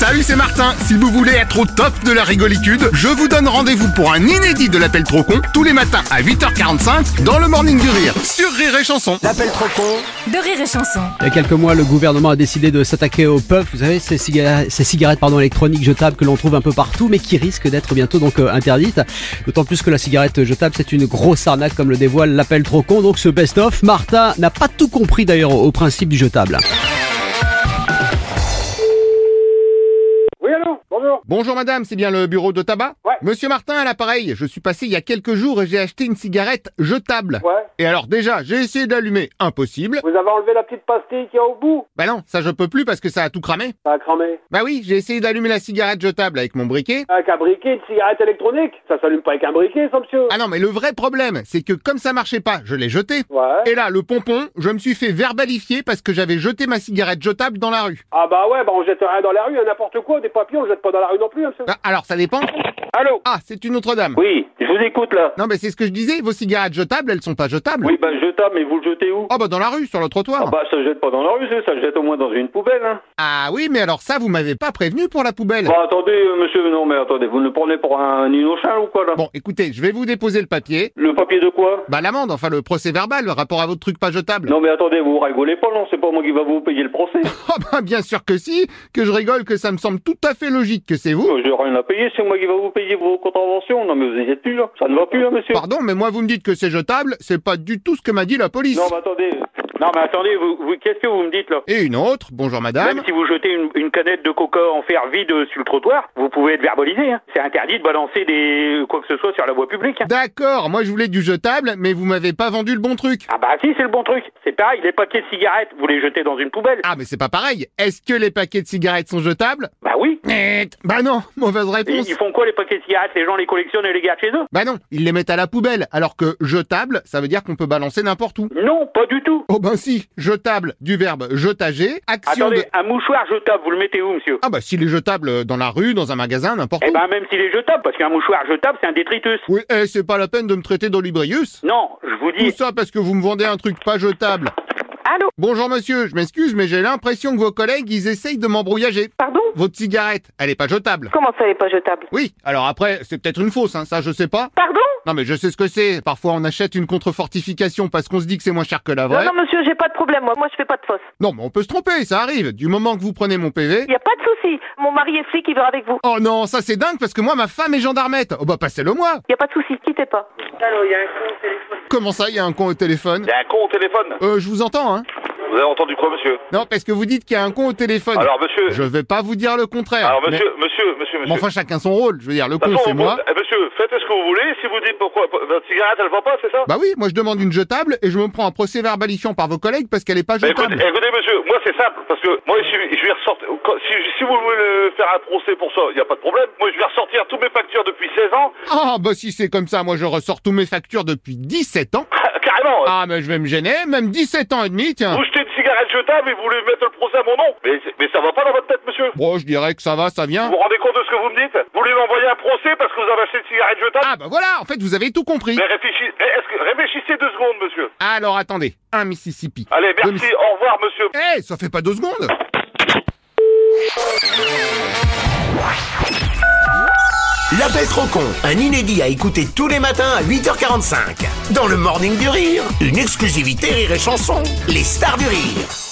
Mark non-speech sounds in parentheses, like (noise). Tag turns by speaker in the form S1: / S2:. S1: Salut, c'est Martin. Si vous voulez être au top de la rigolitude, je vous donne rendez-vous pour un inédit de l'appel trop con tous les matins à 8h45 dans le Morning du Rire sur Rire et Chanson.
S2: L'appel trop con
S3: de rire et chanson.
S4: Il y a quelques mois, le gouvernement a décidé de s'attaquer aux puffs, vous savez, ces, ciga- ces cigarettes pardon, électroniques jetables que l'on trouve un peu partout, mais qui risquent d'être bientôt donc euh, interdites. D'autant plus que la cigarette jetable, c'est une grosse arnaque, comme le dévoile l'appel trop con. Donc ce best-of, Martha n'a pas tout compris d'ailleurs au au principe du jetable.
S5: Oui, allô Bonjour
S1: Bonjour madame, c'est bien le bureau de tabac
S5: Ouais.
S1: Monsieur Martin à l'appareil, je suis passé il y a quelques jours et j'ai acheté une cigarette jetable.
S5: Ouais.
S1: Et alors déjà, j'ai essayé d'allumer, impossible.
S5: Vous avez enlevé la petite pastille qu'il y a au bout
S1: Bah non, ça je peux plus parce que ça a tout cramé.
S5: Ça a cramé.
S1: Bah oui, j'ai essayé d'allumer la cigarette jetable avec mon briquet.
S5: Avec un briquet de cigarette électronique Ça s'allume pas avec un briquet, ça, monsieur
S1: Ah non, mais le vrai problème, c'est que comme ça marchait pas, je l'ai jeté.
S5: Ouais.
S1: Et là, le pompon, je me suis fait verbalifier parce que j'avais jeté ma cigarette jetable dans la rue.
S5: Ah bah ouais, bah on jette rien dans la rue, hein, n'importe quoi, des papiers, on le jette pas dans la rue non plus, hein, monsieur.
S1: Ah, alors ça dépend.
S5: Allô
S1: Ah, c'est une autre dame.
S5: Oui, je vous écoute, là.
S1: Non, mais c'est ce que je disais, vos cigarettes jetables, elles sont pas jetables.
S5: Oui, bah je tape, mais vous le jetez où
S1: Oh bah dans la rue, sur le trottoir.
S5: Bah ça se jette pas dans la rue, ça, ça se jette au moins dans une poubelle, hein.
S1: Ah oui, mais alors ça, vous m'avez pas prévenu pour la poubelle.
S5: Bah attendez, euh, monsieur, non mais attendez, vous le prenez pour un innocent ou quoi, là
S1: Bon, écoutez, je vais vous déposer le papier.
S5: Le papier de quoi
S1: Bah l'amende, enfin le procès verbal, le rapport à votre truc pas jetable.
S5: Non mais attendez, vous rigolez pas, non, c'est pas moi qui va vous payer le procès.
S1: (laughs) Oh bah bien sûr que si, que je rigole, que ça me semble tout à fait logique que c'est vous.
S5: Euh, J'ai rien à payer, c'est moi qui va vous payer vos contraventions. Non mais vous n'êtes plus, là. Ça ne va plus, là, monsieur.
S1: Pardon, mais moi vous me dites que c'est jetable, c'est pas du tout ce que m'a dit la police.
S5: Non, mais attendez. Non, mais attendez, vous, vous- qu'est-ce que vous me dites là
S1: Et une autre, bonjour madame.
S5: Même si vous jetez une, une canette de coca en fer vide euh, sur le trottoir, vous pouvez être verbalisé. hein. C'est interdit de balancer des quoi que ce soit sur la voie publique. hein.
S1: D'accord, moi je voulais du jetable, mais vous m'avez pas vendu le bon truc.
S5: Ah bah si, c'est le bon truc. C'est pareil, les paquets de cigarettes, vous les jetez dans une poubelle.
S1: Ah mais c'est pas pareil. Est-ce que les paquets de cigarettes sont jetables
S5: Bah oui.
S1: Net. Bah non, (laughs) mauvaise
S5: Et
S1: réponse.
S5: ils font quoi les paquets de cigarettes Les gens les collectionnent et les gardent chez eux
S1: Bah non, ils les mettent à la poubelle, alors que jetable, ça veut dire qu'on peut balancer n'importe où.
S5: Non, pas du tout.
S1: Oh ben si, jetable du verbe jetager, action
S5: Attendez,
S1: de...
S5: un mouchoir jetable, vous le mettez où, monsieur
S1: Ah bah s'il est jetable euh, dans la rue, dans un magasin, n'importe
S5: Eh
S1: où.
S5: ben même s'il est jetable, parce qu'un mouchoir jetable, c'est un détritus.
S1: Oui, eh, c'est pas la peine de me traiter d'olibrius.
S5: Non, je vous
S1: Tout
S5: dis.
S1: ça parce que vous me vendez un truc pas jetable.
S5: Allô
S1: Bonjour monsieur, je m'excuse, mais j'ai l'impression que vos collègues, ils essayent de m'embrouillager.
S6: Pardon
S1: Votre cigarette, elle est pas jetable.
S6: Comment ça, elle est pas jetable
S1: Oui, alors après, c'est peut-être une fausse, hein, ça je sais pas.
S6: Pardon
S1: Non mais je sais ce que c'est, parfois on achète une contrefortification parce qu'on se dit que c'est moins cher que la vraie.
S6: Non, non, monsieur, j'ai pas de problème, moi. Moi, je fais pas de fausse.
S1: Non, mais on peut se tromper, ça arrive, du moment que vous prenez mon PV.
S6: Y a pas de souci. Mon mari est flic, il verra avec vous.
S1: Oh non, ça c'est dingue parce que moi ma femme est gendarmette. Oh bah passez-le moi.
S6: Y a pas de souci, quittez pas.
S1: Comment ça, il y a un con au téléphone
S7: Il y a un con au téléphone.
S1: Euh, je vous entends, hein.
S7: Vous avez entendu quoi, monsieur
S1: Non, parce que vous dites qu'il y a un con au téléphone.
S7: Alors, monsieur.
S1: Je vais pas vous dire le contraire.
S7: Alors,
S1: mais-
S7: monsieur, monsieur, monsieur, monsieur.
S1: Mais enfin, chacun son rôle. Je veux dire, le
S7: De
S1: con,
S7: toute façon,
S1: c'est
S7: vous-
S1: moi.
S7: eh, monsieur, faites ce que vous voulez. Si vous dites pourquoi votre cigarette, elle va pas, c'est ça
S1: Bah oui, moi je demande une jetable et je me prends un procès verbalifiant par vos collègues parce qu'elle est pas
S7: Bah, écoutez,
S1: jetable.
S7: écoutez, monsieur, moi c'est simple, parce que moi je, suis- je vais ressortir. quand- Si, si vous voulez faire un procès pour ça, il n'y a pas de problème. Moi je vais ressortir toutes mes factures depuis 16 ans, (laughs)
S1: Ah, bah si c'est comme ça, moi je ressors tous mes factures depuis 17 ans.
S7: carrément.
S1: Ah, mais je vais me gêner, même 17 ans et demi, tiens.
S7: Vous jetez une cigarette jetable et vous voulez mettre le procès à mon nom. Mais, mais ça va pas dans votre tête, monsieur.
S1: Bon, je dirais que ça va, ça vient.
S7: Vous vous rendez compte de ce que vous me dites Vous voulez m'envoyer un procès parce que vous avez acheté une cigarette jetable
S1: Ah, bah voilà, en fait, vous avez tout compris.
S7: Mais réfléchissez, est-ce que- réfléchissez deux secondes, monsieur.
S1: Alors attendez, un Mississippi.
S7: Allez,
S1: Deux
S7: merci, au revoir, monsieur.
S1: Eh, ça fait pas deux secondes
S2: L'appel trop con, un inédit à écouter tous les matins à 8h45. Dans le Morning du Rire, une exclusivité Rire et Chanson, les stars du rire.